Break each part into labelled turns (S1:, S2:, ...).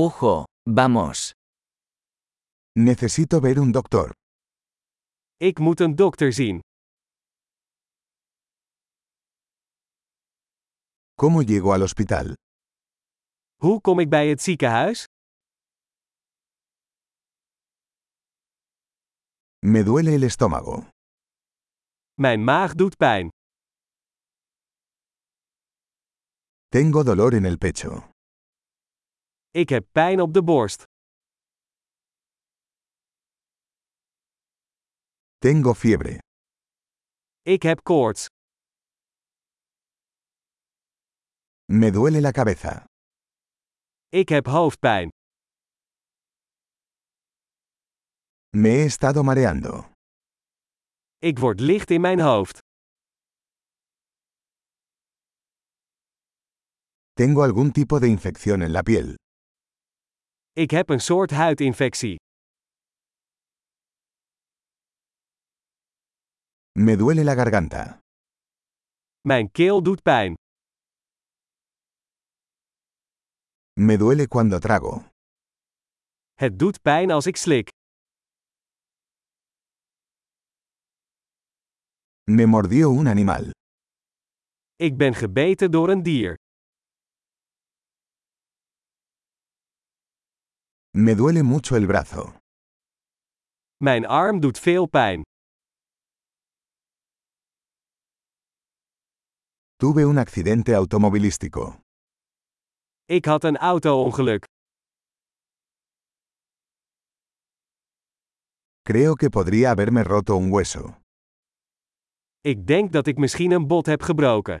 S1: Ojo, vamos.
S2: Necesito ver un doctor.
S3: Ik moet een dokter zien.
S2: ¿Cómo llego al hospital?
S3: Hoe kom ik bij het ziekenhuis?
S2: Me duele el estómago.
S3: Mijn maag doet pijn.
S2: Tengo dolor en el pecho.
S3: Ik heb pijn op de borst.
S2: Tengo fiebre.
S3: Ik heb koorts.
S2: Me duele la cabeza.
S3: Ik heb hoofdpijn.
S2: Me he estado mareando.
S3: Ik word licht in mijn hoofd.
S2: Tengo algún tipo de infección en la piel.
S3: Ik heb een soort huidinfectie.
S2: Me duele la garganta.
S3: Mijn keel doet pijn.
S2: Me duele cuando trago.
S3: Het doet pijn als ik slik.
S2: Me mordió un animal.
S3: Ik ben gebeten door een dier.
S2: Me duele mucho el brazo.
S3: Mijn arm doet veel pijn.
S2: Tuve un accidente automovilístico.
S3: Ik had een auto-ongeluk.
S2: Creo que podría haberme roto un hueso.
S3: Ik denk dat ik misschien een bot heb gebroken.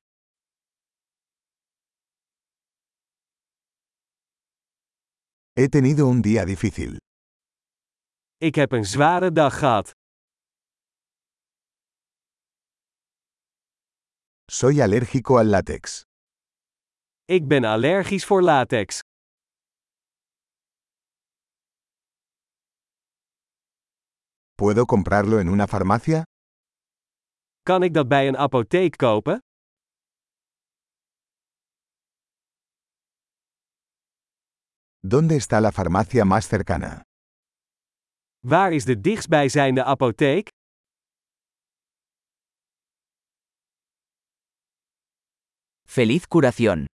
S2: He tenido un día difícil.
S3: Ik heb een zware dag gehad.
S2: Soy alérgico al látex.
S3: Ik ben allergisch voor latex.
S2: ¿Puedo comprarlo en una farmacia?
S3: Kan ik dat bij een apotheek kopen?
S2: ¿Dónde está la farmacia más cercana?
S3: Waar is de dichtstbijzijnde apotheek?
S1: Feliz curación.